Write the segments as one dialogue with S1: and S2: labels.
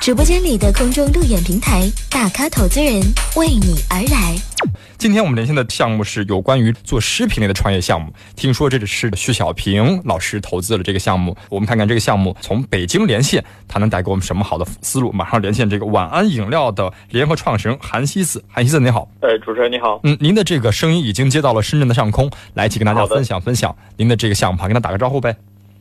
S1: 直播间里的空中路演平台，大咖投资人为你而来。
S2: 今天我们连线的项目是有关于做食品类的创业项目。听说这是徐小平老师投资了这个项目，我们看看这个项目从北京连线，他能带给我们什么好的思路？马上连线这个晚安饮料的联合创始人韩西子，韩西子你好，
S3: 呃，主持人你好，
S2: 嗯，您的这个声音已经接到了深圳的上空，来一起跟大家
S3: 好的
S2: 分享分享您的这个项目吧，跟他打个招呼呗。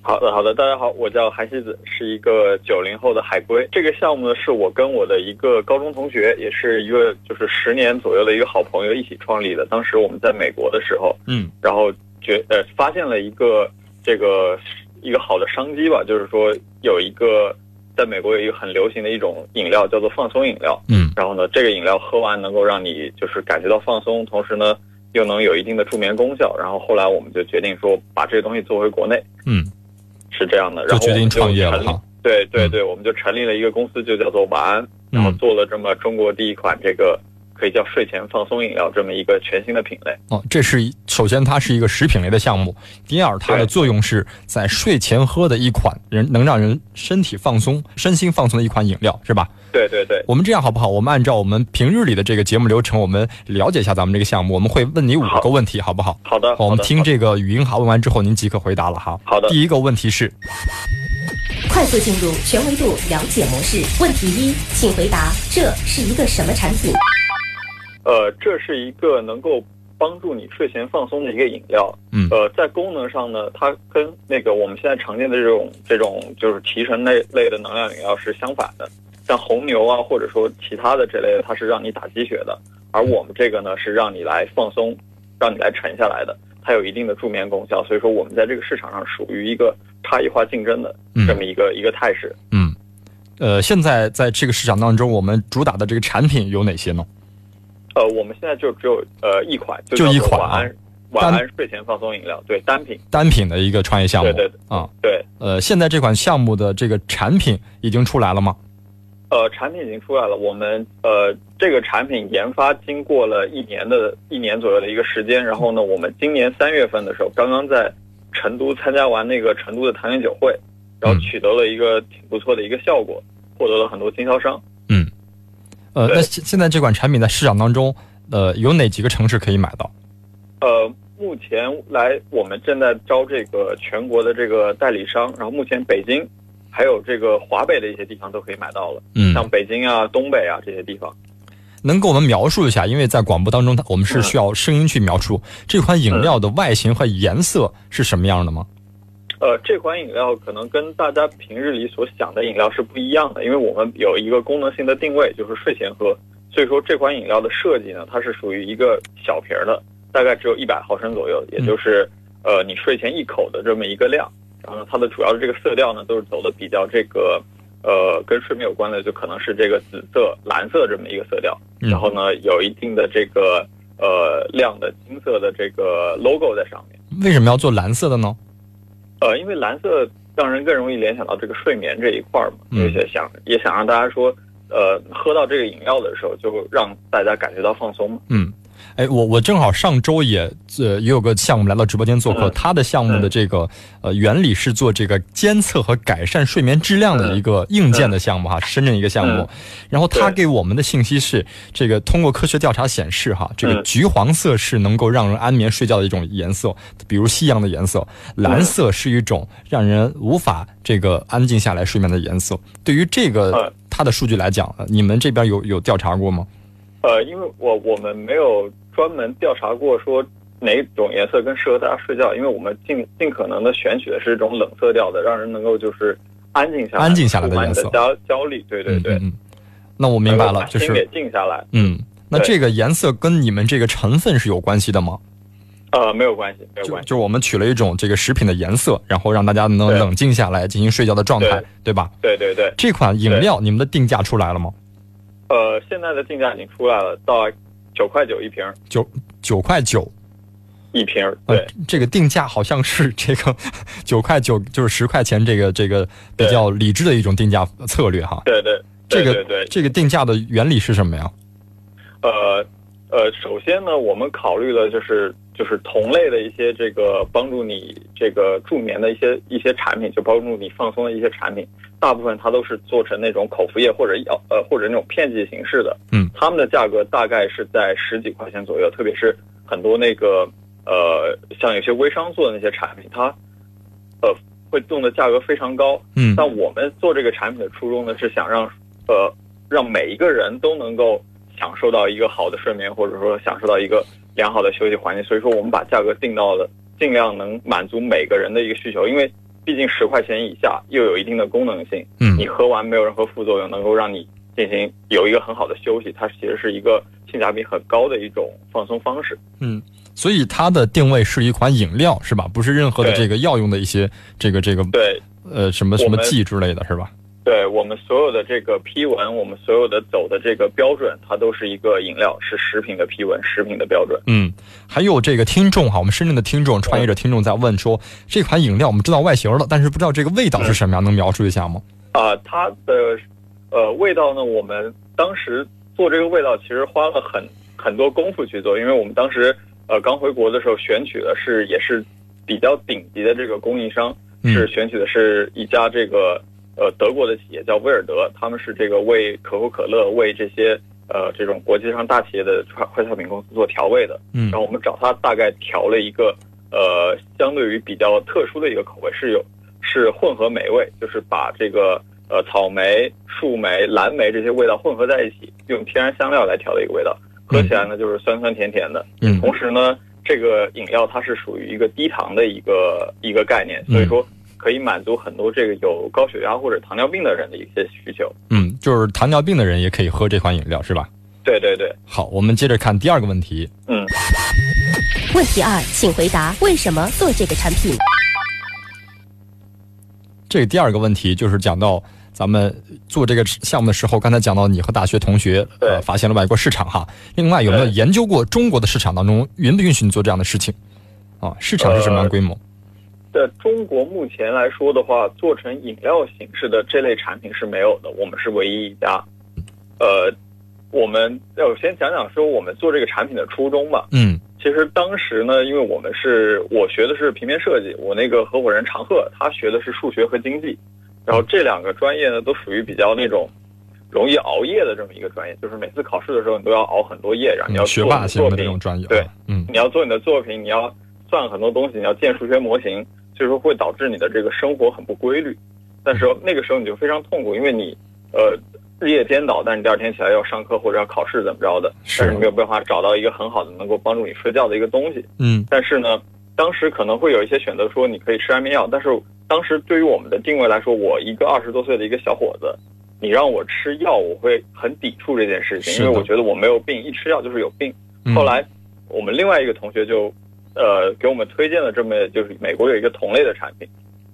S3: 好的好的，大家好，我叫韩西子，是一个九零后的海归。这个项目呢，是我跟我的一个高中同学，也是一个就是十年左右的一个好朋友一起创立的。当时我们在美国的时候，
S2: 嗯
S3: 然后觉呃发现了一个这个一个好的商机吧，就是说有一个在美国有一个很流行的一种饮料叫做放松饮料，
S2: 嗯
S3: 然后呢，这个饮料喝完能够让你就是感觉到放松，同时呢又能有一定的助眠功效。然后后来我们就决定说把这个东西做回国内，
S2: 嗯，
S3: 是这样的。
S2: 就
S3: 然后
S2: 决
S3: 我
S2: 定
S3: 们就
S2: 创业了
S3: 成立
S2: 哈。
S3: 对对对，我们就成立了一个公司，就叫做晚安，然后
S2: 嗯
S3: 做了这么中国第一款这个可以叫睡前放松饮料这么一个全新的品类。
S2: 哦，这是一首先它是一个食品类的项目，第二它的
S3: 对
S2: 作用是在睡前喝的一款人能让人身体放松、身心放松的一款饮料，是吧？
S3: 对对对，
S2: 我们这样好不好？我们按照我们平日里的这个节目流程，我们了解一下咱们这个项目，我们会问你五
S3: 好
S2: 个问题，好不好？
S3: 好的，
S2: 我
S3: 好
S2: 们
S3: 的
S2: 听这个语音哈，问完之后您即刻回答了哈。
S3: 好的
S2: 第一个问题是，
S4: 快速进入全维度了解模式。问题一，请回答：这是一个什么产品？
S3: 呃，这是一个能够帮助你睡前放松的一个饮料。
S2: 嗯
S3: 呃，在功能上呢，它跟那个我们现在常见的这种这种就是提神类类的能量饮料是相反的。像红牛啊，或者说其他的这类的，它是让你打鸡血的，而我们这个呢是让你来放松，让你来沉下来的。它有一定的助眠功效，所以说我们在这个市场上属于一个差异化竞争的
S2: 嗯
S3: 这么一个、一个态势。
S2: 嗯，呃，现在在这个市场当中，我们主打的这个产品有哪些呢？
S3: 呃，我们现在就只有呃一款，就
S2: 就
S3: 叫
S2: 一
S3: 做
S2: 款
S3: 晚
S2: 啊
S3: 安晚
S2: 单
S3: 安睡前放松饮料，对单品，
S2: 单品的一个创业项目。
S3: 对对对
S2: 啊，
S3: 对，
S2: 呃，现在这款项目的这个产品已经出来了吗？
S3: 呃，产品已经出来了，我们呃这个产品研发经过了一年的一年左右的一个时间，然后呢，我们今年三月份的时候，刚刚在成都参加完那个成都的唐园酒会，然后取得了一个挺不错的一个效果，获得了很多经销商。
S2: 呃，
S3: 对
S2: 那现现在这款产品在市场当中，呃，有哪几个城市可以买到？
S3: 呃，目前来我们正在招这个全国的这个代理商，然后目前北京还有这个华北的一些地方都可以买到了，
S2: 嗯
S3: 像北京啊、东北啊这些地方。
S2: 能给我们描述一下？因为在广播当中，它我们
S3: 嗯
S2: 是需要声音去描述这款饮料的外形和颜色是什么样的吗？嗯
S3: 呃，这款饮料可能跟大家平日里所想的饮料是不一样的，因为我们有一个功能性的定位，就是睡前喝。所以说这款饮料的设计呢，它是属于一个小瓶儿的，大概只有一百毫升左右，也就是呃你睡前一口的这么一个量。然后它的主要的这个色调呢，都是走的比较这个呃跟睡眠有关的，就可能是这个紫色、蓝色这么一个色调。
S2: 嗯
S3: 然后呢，有一定的这个呃亮的金色的这个 logo 在上面。
S2: 为什么要做蓝色的呢？
S3: 呃，因为蓝色让人更容易联想到这个睡眠这一块儿嘛，
S2: 嗯
S3: 而且想也想让大家说，呃，喝到这个饮料的时候，就让大家感觉到放松嘛。
S2: 嗯，哎，我我正好上周也呃也有个项目来到直播间做客，
S3: 嗯
S2: 他的项目的这个呃原理是做这个监测和改善睡眠质量的一个硬件的项目哈，深圳一个项目
S3: 嗯。
S2: 然后他
S3: 对
S2: 给我们的信息是，这个通过科学调查显示哈，这个
S3: 嗯
S2: 橘黄色是能够让人安眠睡觉的一种颜色，比如夕阳的颜色；
S3: 嗯
S2: 蓝色是一种让人无法这个安静下来睡眠的颜色。对于这个
S3: 嗯
S2: 它的数据来讲，呃你们这边有有调查过吗？
S3: 呃，因为我我们没有专门调查过说哪种颜色更适合大家睡觉，因为我们尽尽可能的选取的是这种冷色调的，让人能够就是安静下来，
S2: 安静下来的
S3: 不满
S2: 颜
S3: 你
S2: 色
S3: 的焦焦虑，对对
S2: 嗯
S3: 对，
S2: 嗯嗯，那我明白了，就
S3: 心给
S2: 是
S3: 静下来，
S2: 嗯，那
S3: 对
S2: 这个颜色跟你们这个成分是有关系的吗？
S3: 呃，没有关系，没有
S2: 就
S3: 关系，
S2: 就我们取了一种这个食品的颜色，然后让大家能
S3: 对
S2: 冷静下来进行睡觉的状态
S3: 对，
S2: 对吧？
S3: 对对对。
S2: 这款饮料你们的定价出来了吗？
S3: 呃，现在的定价已经出来了，到九块九一瓶儿，
S2: 九九块九，
S3: 一瓶儿，
S2: 呃
S3: 对。
S2: 这个定价好像是这个 九块九，就是十块钱，这个这个比
S3: 对
S2: 较理智的一种定价策略哈。
S3: 对对，
S2: 这
S3: 对
S2: 个
S3: 对对，
S2: 这个定价的原理是什么呀？
S3: 呃呃，首先呢，我们考虑了就是就是同类的一些这个帮助你这个助眠的一些一些产品，就帮助你放松的一些产品。大部分它都是做成那种口服液或者药呃或者那种片剂形式的，
S2: 嗯，
S3: 他们的价格大概是在十几块钱左右，特别是很多那个呃像有些微商做的那些产品，它呃会用的价格非常高，
S2: 嗯
S3: 但我们做这个产品的初衷呢，是想让呃让每一个人都能够享受到一个好的睡眠，或者说享受到一个良好的休息环境。所以说，我们把价格定到了尽量能满足每个人的一个需求，因为毕竟十块钱以下又有一定的功能性，
S2: 嗯
S3: 你喝完没有任何副作用，能够让你进行有一个很好的休息，它其实是一个性价比很高的一种放松方式。
S2: 嗯，所以它的定位是一款饮料是吧？不是任何的
S3: 对
S2: 这个药用的一些这个这个
S3: 对，
S2: 呃什么什
S3: 我
S2: 么
S3: 们
S2: 剂之类的是吧？
S3: 对我们所有的这个批文，我们所有的走的这个标准，它都是一个饮料，是食品的批文，食品的标准。
S2: 嗯，还有这个听众哈，我们深圳的听众、创业者听众在问说，这款饮料我们知道外形了，但是不知道这个味道是什么样，能描述一下吗？
S3: 啊、它的呃味道呢，我们当时做这个味道其实花了很很多功夫去做，因为我们当时呃刚回国的时候选取的是也是比较顶级的这个供应商，
S2: 嗯
S3: 是选取的是一家这个呃德国的企业叫威尔德，他们是这个为可口可乐为这些呃这种国际上大企业的快快消品公司做调味的。
S2: 嗯
S3: 然后我们找他大概调了一个呃，相对于比较特殊的一个口味，是有是混合莓味，就是把这个呃草莓、树莓、蓝莓这些味道混合在一起，用天然香料来调的一个味道，喝起来呢就是酸酸甜甜的。
S2: 嗯
S3: 同时呢，这个饮料它是属于一个低糖的一个一个概念，
S2: 嗯
S3: 所以说可以满足很多这个有高血压或者糖尿病的人的一些需求。
S2: 嗯，就是糖尿病的人也可以喝这款饮料是吧？
S3: 对对对，
S2: 好，我们接着看第二个问题。
S3: 嗯。
S4: 问题二，请回答为什么做这个产品？
S2: 这个第二个问题就是讲到咱们做这个项目的时候，刚才讲到你和大学同学呃
S3: 对
S2: 发现了外国市场哈。另外有没有
S3: 对
S2: 研究过中国的市场当中允不允许你做这样的事情？啊，市场是什么样的规模？
S3: 呃在中国目前来说的话，做成饮料形式的这类产品是没有的，我们是唯一一家。呃，我们要我先讲讲说我们做这个产品的初衷吧。
S2: 嗯
S3: 其实当时呢，因为我们是我学的是平面设计，我那个合伙人常贺他学的是数学和经济，然后这两个专业呢都属于比较那种容易熬夜的这么一个专业，就是每次考试的时候你都要熬很多夜，然后你要
S2: 嗯，学
S3: 做
S2: 霸
S3: 作
S2: 型的
S3: 品
S2: 这种专业。
S3: 对，
S2: 嗯
S3: 你要做你的作品，你要算很多东西，你要建数学模型，所以说会导致你的这个生活很不规律。但是那个时候你就非常痛苦，因为你呃日夜颠倒，但是第二天起来要上课或者要考试怎么着的，
S2: 是
S3: 但是你没有办法找到一个很好的能够帮助你睡觉的一个东西。
S2: 嗯
S3: 但是呢，当时可能会有一些选择说你可以吃安眠药，但是当时对于我们的定位来说，我一个二十多岁的一个小伙子，你让我吃药，我会很抵触这件事
S2: 是
S3: 情，
S2: 的
S3: 因为我觉得我没有病，一吃药就是有病。
S2: 嗯，
S3: 后来我们另外一个同学就呃给我们推荐了这么就是美国有一个同类的产品，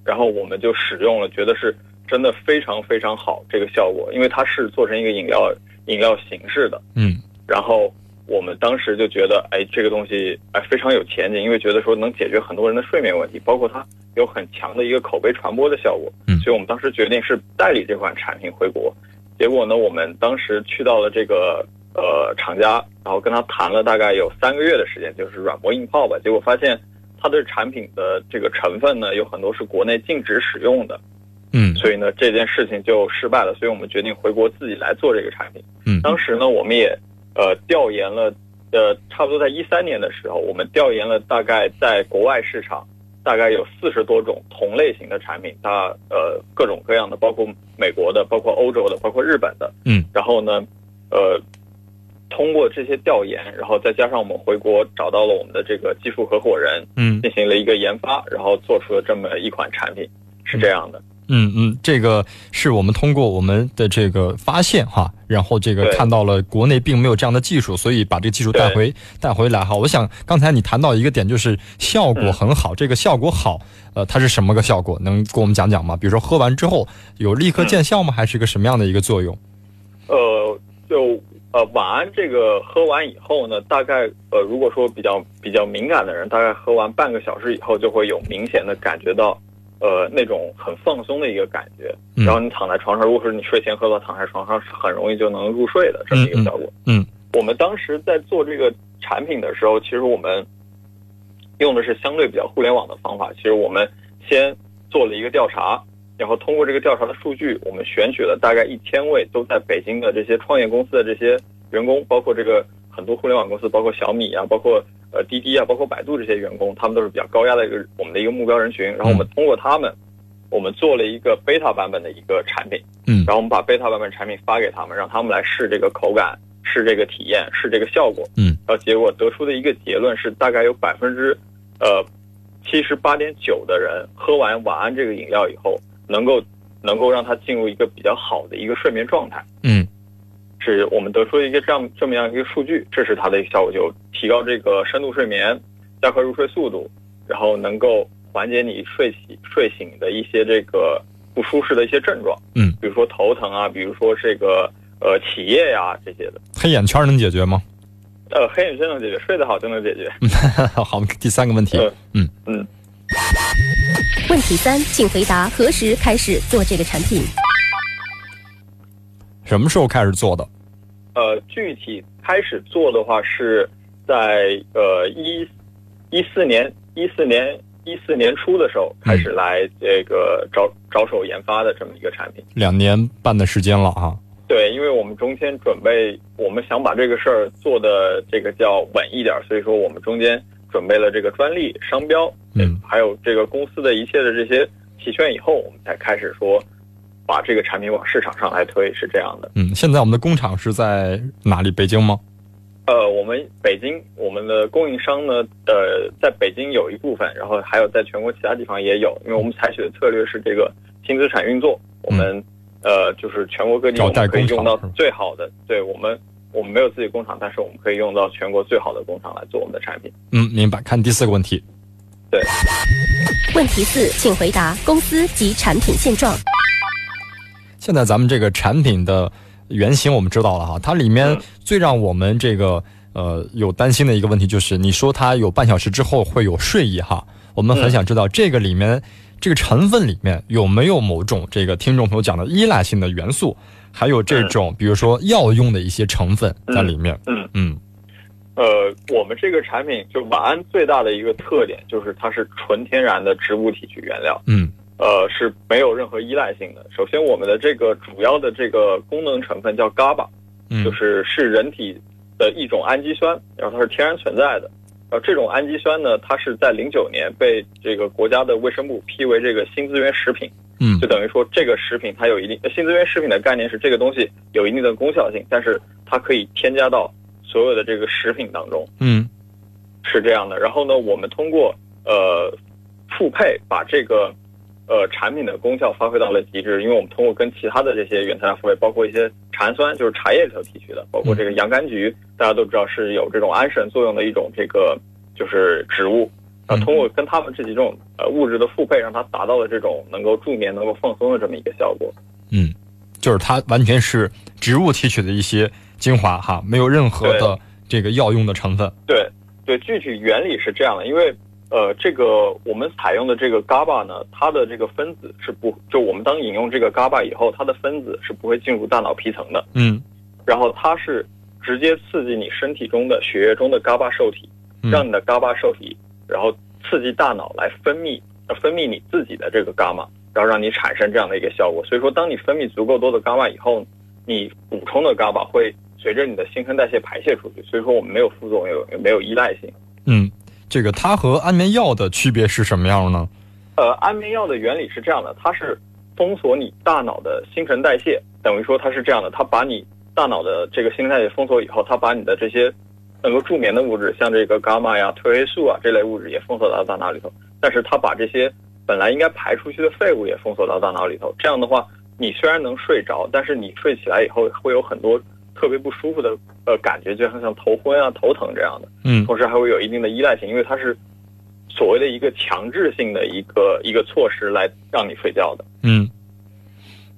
S3: 然后我们就使用了，觉得是真的非常非常好这个效果，因为它是做成一个饮料饮料形式的，
S2: 嗯
S3: 然后。我们当时就觉得，哎，这个东西哎非常有前景，因为觉得说能解决很多人的睡眠问题，包括它有很强的一个口碑传播的效果，
S2: 嗯
S3: 所以我们当时决定是代理这款产品回国。结果呢，我们当时去到了这个呃厂家，然后跟他谈了大概有三个月的时间，就是软磨硬泡吧。结果发现他对产品的这个成分呢，有很多是国内禁止使用的，
S2: 嗯
S3: 所以呢这件事情就失败了。所以我们决定回国自己来做这个产品。
S2: 嗯
S3: 当时呢，我们也呃调研了，呃，差不多在一三年的时候，我们调研了大概在国外市场大概有四十多种同类型的产品，它呃各种各样的，包括美国的，包括欧洲的，包括日本的，
S2: 嗯，
S3: 然后呢，呃。通过这些调研，然后再加上我们回国找到了我们的这个技术合伙人，
S2: 嗯
S3: 进行了一个研发，然后做出了这么一款产品，是这样的。
S2: 嗯嗯，这个是我们通过我们的这个发现哈，然后这个
S3: 对
S2: 看到了国内并没有这样的技术，所以把这个技术带
S3: 对
S2: 回带回来哈。我想刚才你谈到一个点，就是效
S3: 嗯
S2: 果很好，这个效果好，呃，它是什么个效果？能给我们讲讲吗？比如说喝完之后有立刻见效吗？还是一个什么样的一个作用？
S3: 呃，就呃晚安这个喝完以后呢，大概呃如果说比较比较敏感的人，大概喝完半个小时以后就会有明显的感觉到，呃那种很放松的一个感觉。
S2: 嗯
S3: 然后你躺在床上，如果是你睡前喝到躺在床上，是很容易就能入睡的这么一个效果。
S2: 嗯嗯嗯
S3: 我们当时在做这个产品的时候，其实我们用的是相对比较互联网的方法。其实我们先做了一个调查，然后通过这个调查的数据，我们选取了大概一千位都在北京的这些创业公司的这些员工，包括这个很多互联网公司，包括小米啊，包括呃滴滴啊，包括百度这些员工，他们都是比较高压的一个我们的一个目标人群。
S2: 嗯
S3: 然后我们通过他们，我们做了一个 beta 版本的一个产品，
S2: 嗯
S3: 然后我们把 beta 版本产品发给他们，让他们来试这个口感，试这个体验，试这个效果。
S2: 嗯，
S3: 然后结果得出的一个结论是，大概有百分之呃七十八点九的人喝完晚安这个饮料以后，能够能够让他进入一个比较好的一个睡眠状态。
S2: 嗯
S3: 是我们得出一个这样这么样一个数据，这是它的一个效果，就提高这个深度睡眠，加快入睡速度，然后能够缓解你睡醒睡醒的一些这个不舒适的一些症状，
S2: 嗯，
S3: 比如说头疼啊，比如说这个呃起夜呀、这些的，
S2: 黑眼圈能解决 吗？
S3: 呃，黑眼圈能解决，睡得好就能解决。
S2: 好，第三个问题，
S3: 嗯
S2: 嗯，
S4: 问题三，请回答何时开始做这个产品？
S2: 什么时候开始做的？
S3: 呃，具体开始做的话是在呃一一四年一四年一四年初的时候开始来这个着着手研发的这么一个产品。
S2: 两年半的时间了啊，
S3: 对，因为我们中间准备，我们想把这个事儿做的这个叫稳一点儿，所以说我们中间准备了这个专利、商标，
S2: 嗯，
S3: 还有这个公司的一切的这些齐全以后，我们才开始说把这个产品往市场上来推，是这样的。
S2: 嗯，现在我们的工厂是在哪里？北京吗？
S3: 呃，我们北京我们的供应商呢，呃，在北京有一部分，然后还有在全国其他地方也有，因为我们采取的策略是这个轻资产运作，我们、呃就是全国各
S2: 嗯
S3: 地
S2: 找
S3: 我们可以
S2: 代工厂
S3: 用到
S2: 是吧
S3: 最好的，对我们我们没有自己工厂，但是我们可以用到全国最好的工厂来做我们的产品。
S2: 嗯，明白。看第四个问题，
S3: 对，
S4: 问题四，请回答公司及产品现状。
S2: 现在咱们这个产品的原型我们知道了哈，它里面
S3: 嗯
S2: 最让我们这个呃有担心的一个问题就是，你说它有半小时之后会有睡意哈，我们很
S3: 嗯
S2: 想知道这个里面这个成分里面有没有某种这个听众朋友讲的依赖性的元素，还有这种比如说药用的一些成分在里面，
S3: 嗯
S2: 嗯
S3: 呃，我们这个产品就晚安最大的一个特点就是它是纯天然的植物提取原料。
S2: 嗯
S3: 呃，是没有任何依赖性的。首先，我们的这个主要的这个功能成分叫 GABA，
S2: 嗯，
S3: 就是是人体的一种氨基酸，然后它是天然存在的。然后这种氨基酸呢，它是在零九年被这个国家的卫生部批为这个新资源食品，
S2: 嗯
S3: 就等于说这个食品它有一定新资源食品的概念是这个东西有一定的功效性，但是它可以添加到所有的这个食品当中。
S2: 嗯
S3: 是这样的。然后呢，我们通过呃复配把这个呃产品的功效发挥到了极致，因为我们通过跟其他的这些原材料复配，包括一些茶氨酸，就是茶叶里头提取的，包括这个洋甘菊，大家都知道是有这种安神作用的一种这个就是植物。啊，
S2: 嗯
S3: 通过跟它们这几种呃物质的复配，让它达到了这种能够助眠、能够放松的这么一个效果。
S2: 嗯，就是它完全是植物提取的一些精华哈，没有任何的这个药用的成分，
S3: 对对，具体原理是这样的，因为呃，这个我们采用的这个 GABA 呢，它的这个分子是不，就我们当饮用这个 GABA 以后，它的分子是不会进入大脑皮层的，
S2: 嗯
S3: 然后它是直接刺激你身体中的血液中的 GABA 受体，
S2: 嗯
S3: 让你的 GABA 受体，然后刺激大脑来分泌，呃分泌你自己的这个伽马，然后让你产生这样的一个效果。所以说，当你分泌足够多的伽马以后，你补充的伽马会随着你的新陈代谢排泄出去。所以说，我们没有副作用，也没有依赖性。
S2: 嗯，这个它和安眠药的区别是什么样呢？
S3: 呃，安眠药的原理是这样的，它是封锁你大脑的新陈代谢，等于说它是这样的，它把你大脑的这个新陈代谢封锁以后，它把你的这些能够助眠的物质，像这个伽马呀、褪黑素啊这类物质也封锁到大脑里头，但是它把这些本来应该排出去的废物也封锁到大脑里头。这样的话，你虽然能睡着，但是你睡起来以后会有很多特别不舒服的呃感觉，就像像头昏啊、头疼这样的。
S2: 嗯
S3: 同时还会有一定的依赖性，因为它是所谓的一个强制性的一个一个措施来让你睡觉的。
S2: 嗯，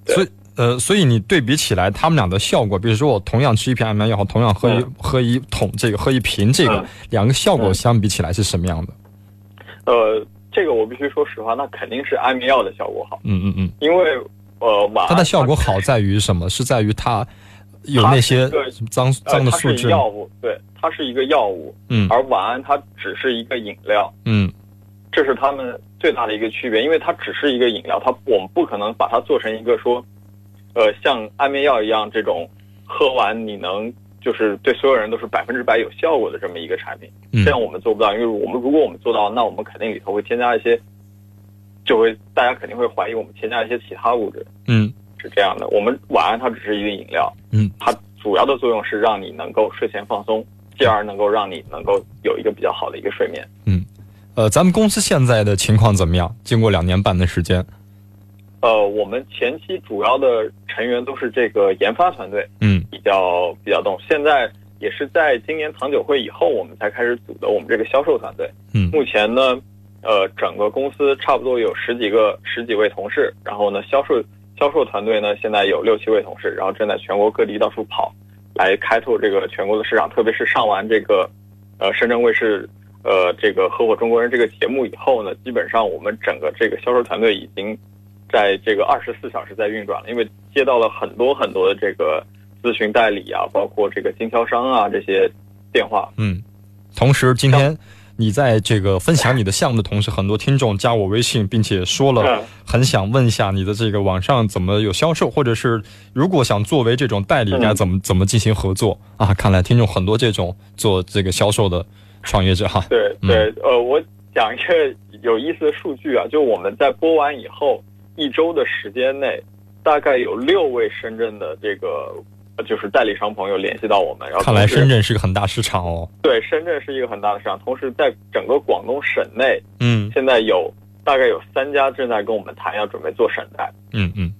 S3: 对
S2: 所以呃，所以你对比起来，他们俩的效果，比如说我同样吃一片安眠药，同样喝一、
S3: 嗯
S2: 喝一桶这个，喝一瓶这个，
S3: 嗯
S2: 两个效果相比起来是什么样的？
S3: 呃，这个我必须说实话，那肯定是安眠药的效果好，
S2: 嗯嗯嗯，
S3: 因为呃晚
S2: 它
S3: 安
S2: 的效果好在于什么？是在于它有那些
S3: 它是
S2: 脏
S3: 呃
S2: 脏的
S3: 它
S2: 树
S3: 是一
S2: 脂
S3: 个，药物，对，它是一个药物，
S2: 嗯
S3: 而晚安它只是一个饮料。
S2: 嗯
S3: 这是他们最大的一个区别，因为它只是一个饮料，它我们不可能把它做成一个说，呃，像安眠药一样这种喝完你能就是对所有人都是百分之百有效果的这么一个产品，
S2: 嗯
S3: 这样我们做不到，因为我们如果我们做到，那我们肯定里头会添加一些，就会大家肯定会怀疑我们添加一些其他物质，
S2: 嗯
S3: 是这样的。我们晚安它只是一个饮料，
S2: 嗯，
S3: 它主要的作用是让你能够睡前放松，进而能够让你能够有一个比较好的一个睡眠。
S2: 呃，咱们公司现在的情况怎么样？经过两年半的时间，
S3: 呃，我们前期主要的成员都是这个研发团队
S2: 嗯
S3: 比较比较动，现在也是在今年糖酒会以后，我们才开始组的我们这个销售团队。
S2: 嗯
S3: 目前呢，呃，整个公司差不多有十几个十几位同事，然后呢，销售销售团队呢现在有六七位同事，然后正在全国各地到处跑，来开拓这个全国的市场。特别是上完这个，呃，深圳卫视呃这个《合伙中国人》这个节目以后呢，基本上我们整个这个销售团队已经在这个二十四小时在运转了，因为接到了很多很多的这个咨询代理啊，包括这个经销商啊这些电话，
S2: 嗯。同时，今天你在这个分享你的项目的同时，很多听众加我微信，并且说了
S3: 嗯
S2: 很想问一下你的这个网上怎么有销售，或者是如果想作为这种代理，
S3: 嗯
S2: 该怎么怎么进行合作啊？看来听众很多这种做这个销售的创业者哈，
S3: 对
S2: 嗯
S3: 对，呃，我讲一个有意思的数据啊，就我们在播完以后一周的时间内，大概有六位深圳的这个呃就是代理商朋友联系到我们，然后
S2: 看来
S3: 同时
S2: 深圳是个很大市场哦。
S3: 对深圳是一个很大的市场，同时在整个广东省内，
S2: 嗯
S3: 现在有大概有三家正在跟我们谈要准备做省代。
S2: 嗯嗯，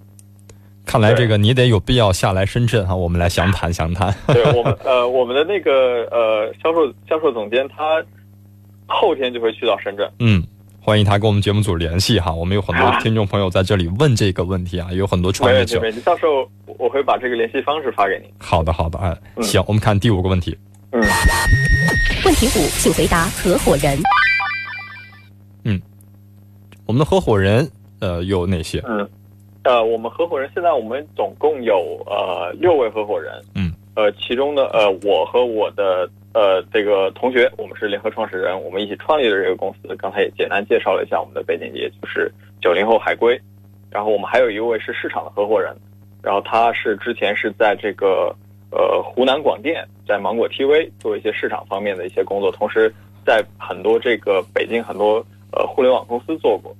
S2: 看来这个你得有必要下来深圳哈，我们来详谈详谈。
S3: 对我们呃，我们的那个呃销售销售总监他后天就会去到深圳。
S2: 嗯，欢迎他跟我们节目组联系哈，我们有很多听众朋友在这里问这个问题啊，有很多创
S3: 没
S2: 业
S3: 问题，没
S2: 者。
S3: 问题。到时候我我会把这个联系方式发给你。
S2: 好的好的，哎，
S3: 嗯
S2: 行，我们看第五个问题。
S3: 嗯。
S4: 问题五，请回答合伙人。
S2: 我们的合伙人呃有哪些？
S3: 嗯，呃，我们合伙人现在我们总共有呃六位合伙人，
S2: 嗯，
S3: 呃，其中呢，呃，我和我的呃这个同学，我们是联合创始人，我们一起创立了这个公司。刚才也简单介绍了一下我们的背景，也就是九零后海归。然后我们还有一位是市场的合伙人，然后他是之前是在这个呃湖南广电，在芒果 TV 做一些市场方面的一些工作，同时在很多这个北京很多呃互联网公司做过。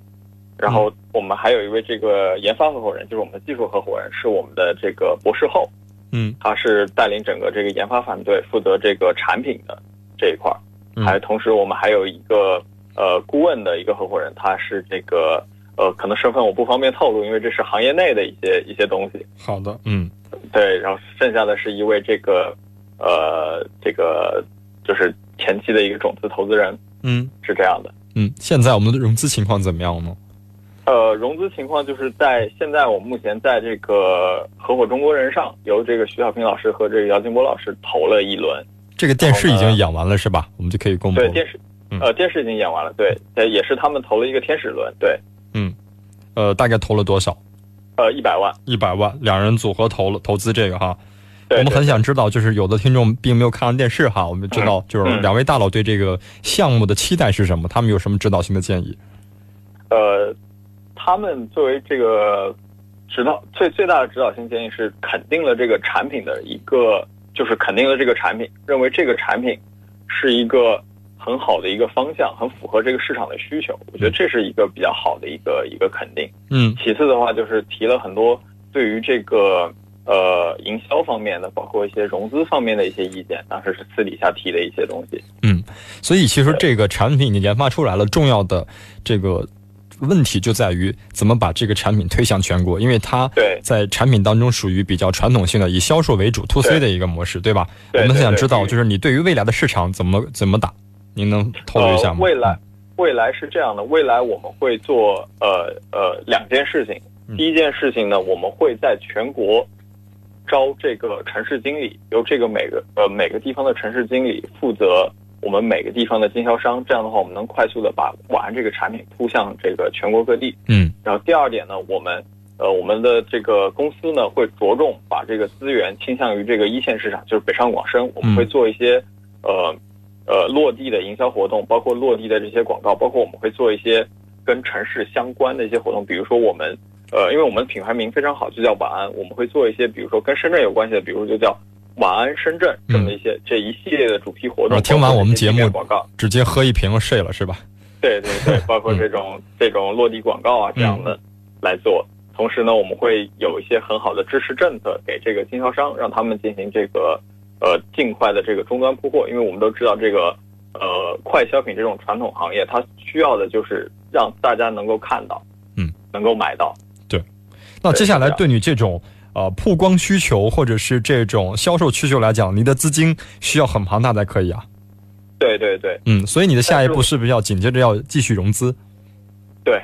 S3: 然后我们还有一位这个研发合伙人，就是我们的技术合伙人，是我们的这个博士后，
S2: 嗯
S3: 他是带领整个这个研发团队，负责这个产品的这一块儿。
S2: 嗯
S3: 还同时我们还有一个呃顾问的一个合伙人，他是这个呃可能身份我不方便透露，因为这是行业内的一些一些东西。
S2: 好的，嗯
S3: 对，然后剩下的是一位这个呃这个就是前期的一个种子投资人，
S2: 嗯
S3: 是这样的。
S2: 嗯，现在我们的融资情况怎么样呢？
S3: 呃，融资情况就是在现在我们目前在这个《合伙中国人》上，由这个徐小平老师和这个姚劲波老师投了一轮。
S2: 这个电视已
S3: 好
S2: 经
S3: 的
S2: 演完了是吧？我们就可以公布
S3: 对
S2: 了。
S3: 电视
S2: 嗯，
S3: 呃，电视已经演完了，对，呃，也是他们投了一个天使轮，对，
S2: 呃，大概投了多少？
S3: 呃，一百万，
S2: 一百万，两人组合投了投资这个哈。
S3: 对，
S2: 我们
S3: 对
S2: 很想知道，就是有的听众并没有看完电视哈，我们知
S3: 嗯
S2: 道就是两位大佬对这个项目的期待是什么，他们有什么指导性的建议？
S3: 呃，他们作为这个指导最最大的指导性建议是肯定了这个产品的一个，就是肯定了这个产品，认为这个产品是一个很好的一个方向，很符合这个市场的需求。我觉得这是一个比较好的一个一个肯定。
S2: 嗯
S3: 其次的话，就是提了很多对于这个呃营销方面的，包括一些融资方面的一些意见，当时是私底下提的一些东西。
S2: 嗯，所以其实这个产品已经研发出来了，重要的这个问题就在于怎么把这个产品推向全国，因为它
S3: 对
S2: 在产品当中属于比较传统性的以销售为主 to C
S3: 对
S2: 的一个模式，对吧？
S3: 对
S2: 我们很想
S3: 对对
S2: 知道，
S3: 对
S2: 就是你对于未来的市场怎么怎么打，您能透露一下吗？
S3: 呃、未来，未来是这样的，未来我们会做呃呃两件事情
S2: 嗯。
S3: 第一件事情呢，我们会在全国招这个城市经理，由这个每个呃每个地方的城市经理负责我们每个地方的经销商。这样的话，我们能快速的把晚安这个产品铺向这个全国各地。
S2: 嗯
S3: 然后第二点呢，我们呃我们的这个公司呢会着重
S2: 嗯
S3: 把这个资源倾向于这个一线市场，就是北上广深，我们会做一些呃呃落地的营销活动，包括落地的这些广告，包括我们会做一些跟城市相关的一些活动，比如说我们呃，因为我们品牌名非常好，就叫晚安，我们会做一些比如说跟深圳有关系的，比如就叫晚安深圳这么一些、这一系列的主题活动。
S2: 嗯啊听完
S3: 包括
S2: 我们
S3: 一
S2: 节
S3: 些地面
S2: 目
S3: 广告，
S2: 直接喝一瓶睡了是吧？
S3: 对对对，包括这种、这种落地广告啊这样的来做。同时呢，我们会有一些很好的支持政策给这个经销商，让他们进行这个呃尽快的这个终端铺货，因为我们都知道这个呃快消品这种传统行业，它需要的就是让大家能够看到，
S2: 嗯，
S3: 能够买到。
S2: 那接下来
S3: 对是这
S2: 对你这种呃曝光需求或者是这种销售需求来讲，你的资金需要很庞大才可以啊。
S3: 对对对，
S2: 嗯，所以你的下一
S3: 但是
S2: 步
S3: 我
S2: 是不是要紧接着要继续融资？
S3: 对，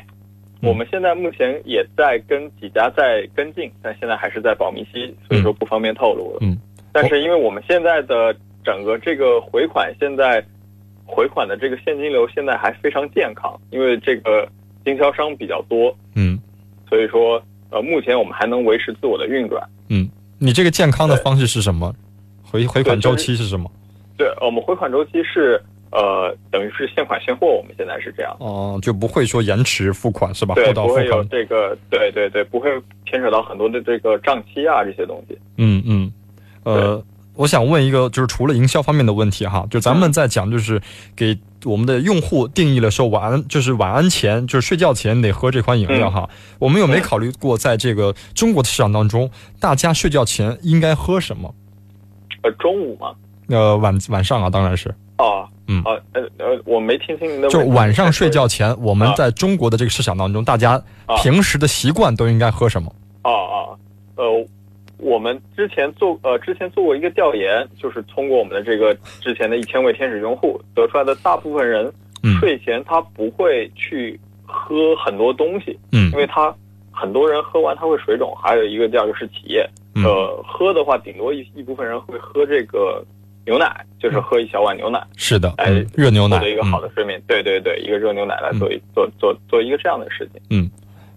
S2: 嗯
S3: 我们现在目前也在跟几家在跟进，但现在还是在保密期，所以说不方便透露了。
S2: 嗯，
S3: 但是因为我们现在的整个这个回款，现在回款的这个现金流现在还非常健康，因为这个经销商比较多，
S2: 嗯
S3: 所以说呃，目前我们还能维持自我的运转。
S2: 嗯，你这个健康的
S3: 对
S2: 方式是什么？回回款周期是什么？
S3: 对，呃我们回款周期是呃，等于是现款现货，我们现在是这样。
S2: 哦、就不会说延迟付款是吧？
S3: 对，
S2: 啊货到
S3: 不
S2: 付
S3: 会有
S2: 款。
S3: 这个，对对对，不会牵扯到很多的这个账期啊这些东西。
S2: 嗯嗯，呃，我想问一个，就是除了营销方面的问题哈，就咱们在讲，就是给我们的用户定义了说晚安，就是晚安前，就是睡觉前得喝这款饮料哈。我们有没有
S3: 嗯
S2: 考虑过，在这个中国的市场当中，大家睡觉前应该喝什么？
S3: 呃，中午嘛，
S2: 呃，晚晚上啊，当然是，
S3: 哦，
S2: 嗯
S3: 啊，呃呃，我没听清您的问
S2: 就
S3: 题，
S2: 晚上睡觉前，我们
S3: 啊
S2: 在中国的这个市场当中，大家
S3: 啊
S2: 平时的习惯都应该喝什么？
S3: 哦哦，呃，我们之前做呃之前做过一个调研，就是通过我们的这个之前的一千位天使用户得出来的，大部分人
S2: 嗯
S3: 睡前他不会去喝很多东西，
S2: 嗯
S3: 因为他很多人喝完他会水肿，还有一个调就是起夜，
S2: 嗯
S3: 呃，喝的话顶多一一部分人会喝这个牛奶，就是喝一小碗牛奶。
S2: 是的，
S3: 哎
S2: 嗯，热嗯牛奶
S3: 获得一个
S2: 嗯
S3: 好的睡眠，对对对，一个热牛奶来做一、做做做一个这样的事情。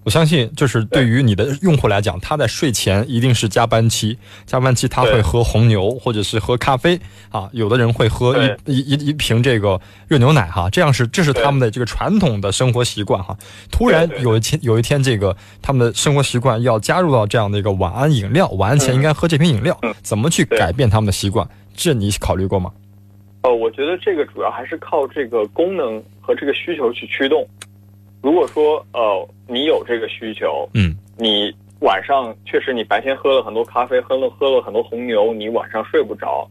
S2: 我相信，就是对于你的用户来讲，他在睡前一定是加班期，加班期他会
S3: 对
S2: 喝红牛或者是喝咖啡啊，有的人会喝
S3: 对
S2: 一一一一瓶这个热牛奶哈，这样是这是他们的这个传统的生活习惯哈。突然
S3: 对对
S2: 有一天有一天这个他们的生活习惯要加入到这样的一个晚安饮料，晚安前
S3: 嗯
S2: 应该喝这瓶饮料
S3: 嗯，
S2: 怎么去
S3: 对
S2: 改变他们的习惯？这你考虑过吗？
S3: 呃，我觉得这个主要还是靠这个功能和这个需求去驱动。如果说呃你有这个需求，
S2: 嗯
S3: 你晚上确实你白天喝了很多咖啡，喝了喝了很多红牛，你晚上睡不着，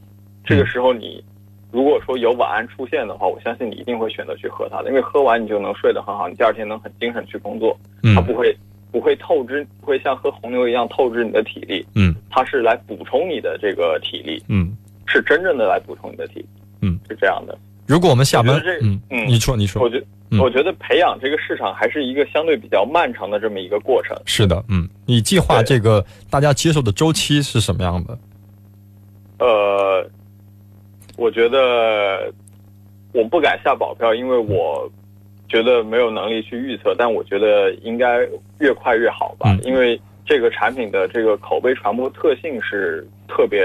S2: 嗯
S3: 这个时候你如果说有晚安出现的话，我相信你一定会选择去喝它的，因为喝完你就能睡得很好，你第二天能很精神去工作，它
S2: 嗯
S3: 不会不会透支，不会像喝红牛一样透支你的体力，
S2: 嗯
S3: 它是来补充你的这个体力，
S2: 嗯。
S3: 是真正的来补充你的体力，
S2: 嗯，
S3: 是这样的。
S2: 如果我们下
S3: 我
S2: 班
S3: 觉得，这
S2: 嗯，
S3: 嗯
S2: 你说你说
S3: 我，觉
S2: 嗯
S3: 我觉得培养这个市场还是一个相对比较漫长的这么一个过程。
S2: 是的，嗯，你计划
S3: 对
S2: 这个大家接受的周期是什么样的？
S3: 呃，我觉得我不敢下保票，因为我觉得没有能力去预测，但我觉得应该越快越好吧，
S2: 嗯
S3: 因为这个产品的这个口碑传播特性是特别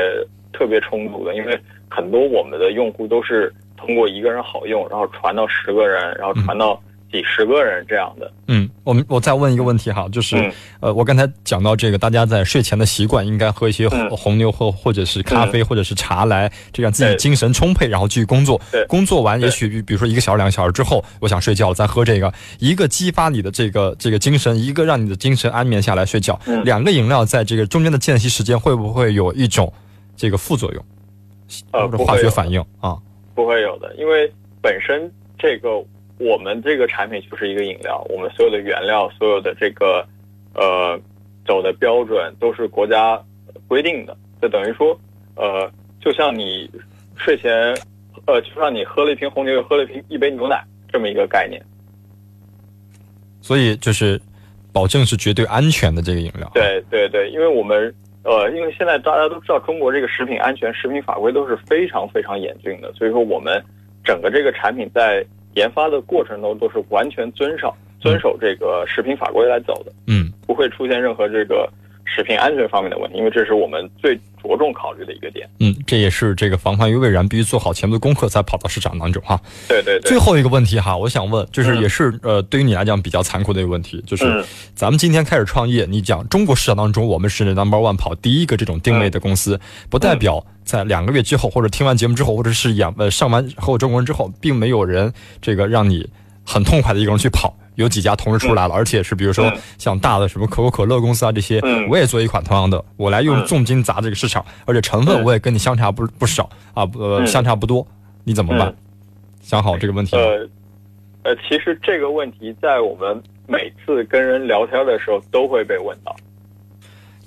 S3: 特别充足的，因为很多我们的用户都是通过一个人好用，然后传到十个人，然后传到几十个人这样的。
S2: 嗯，我们我再问一个问题哈，就是、
S3: 嗯
S2: 呃，我刚才讲到这个，大家在睡前的习惯应该喝一些红
S3: 嗯
S2: 红牛或或者是咖啡、或者是茶来，这样自己
S3: 对
S2: 精神充沛，然后继续工作
S3: 对。
S2: 工作完也
S3: 对
S2: 许比比如说一个小时、两个小时之后，我想睡觉了，再喝这个，一个激发你的这个这个精神，一个让你的精神安眠下来睡觉。
S3: 嗯
S2: 两个饮料在这个中间的间隙时间，会不会有一种这个副作用
S3: 呃
S2: 或者
S3: 不会
S2: 化学
S3: 有
S2: 反应啊？
S3: 不会有的，因为本身这个我们这个产品就是一个饮料，我们所有的原料、所有的这个呃走的标准都是国家规定的，就等于说呃，就像你睡前呃，就像你喝了一瓶红牛，又喝了一瓶一杯牛奶这么一个概念。
S2: 所以就是保证是绝对安全的这个饮料。，
S3: 对对对，因为我们。呃，因为现在大家都知道，中国这个食品安全、食品法规都是非常非常严峻的，所以说我们整个这个产品在研发的过程中都是完全遵守遵守这个食品法规来走的，
S2: 嗯
S3: 不会出现任何这个食品安全方面的问题，因为这是我们最着重考虑的一个点。
S2: 嗯，这也是这个防患于未然，必须做好前面的功课，才跑到市场当中哈。
S3: 对对对
S2: 最，后一个问题哈，我想问，就是
S3: 嗯
S2: 也是、呃，对于你来讲比较残酷的一个问题，就是
S3: 嗯
S2: 咱们今天开始创业，你讲中国市场当中我们是 number one 跑第一个这种定位的公
S3: 嗯
S2: 司，不代表在两个月之后，或者听完节目之后，或者是演呃上完后中国人之后，并没有人这个让你很痛快的一个人去跑。有几家同时出来了，而且是比如说
S3: 嗯
S2: 像大的什么可口可乐公司啊这些，
S3: 嗯
S2: 我也做一款同样的，我来用重金砸这个市场，而且成分
S3: 嗯
S2: 我也跟你相差不不少啊，呃
S3: 嗯
S2: 相差不多，你怎么办
S3: 嗯？
S2: 想好这个问题吗？
S3: 呃呃，其实这个问题在我们每次跟人聊天的时候都会被问到。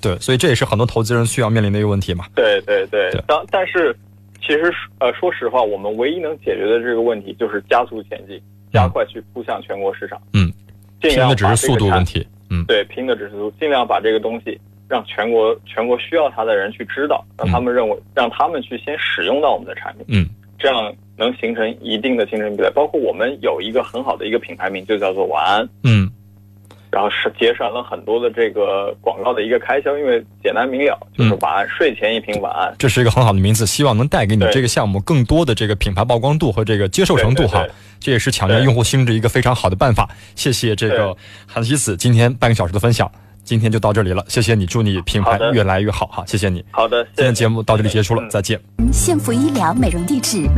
S2: 对，所以这也是很多投资人需要面临的一个问题嘛。
S3: 对对对
S2: 对，
S3: 当但是其实呃，说实话，我们唯一能解决的这个问题就是加速前进，加快去扑向全国市场。
S2: 嗯，
S3: 尽
S2: 拼
S3: 量
S2: 的只
S3: 把
S2: 是
S3: 这个
S2: 速度
S3: 产
S2: 问题。嗯
S3: 对，拼的只是速度，尽量把这个东西让全国全国需要它的人去知道，让他们认为，让他们去先使用到我们的产品，
S2: 嗯
S3: 这样能形成一定的竞争壁垒。包括我们有一个很好的一个品牌名，就叫做晚安。
S2: 嗯
S3: 然后是节省了很多的这个广告的一个开销，因为简单明了，就是
S2: 嗯
S3: 晚安，睡前一瓶晚安，
S2: 这是一个很好的名字，希望能带给你
S3: 对
S2: 这个项目更多的这个品牌曝光度和这个接受程度哈
S3: 对对对。
S2: 这也是抢占
S3: 对
S2: 用户心智一个非常好的办法。谢谢这个
S3: 对
S2: 韩西子今天半个小时的分享，今天就到这里了，谢谢你，祝你品牌
S3: 好的
S2: 越来越好哈，谢谢你。
S3: 好的，谢
S2: 今
S3: 谢
S2: 天节目到这里结束了，
S3: 嗯
S2: 再见。
S5: 幸福医疗美容地址。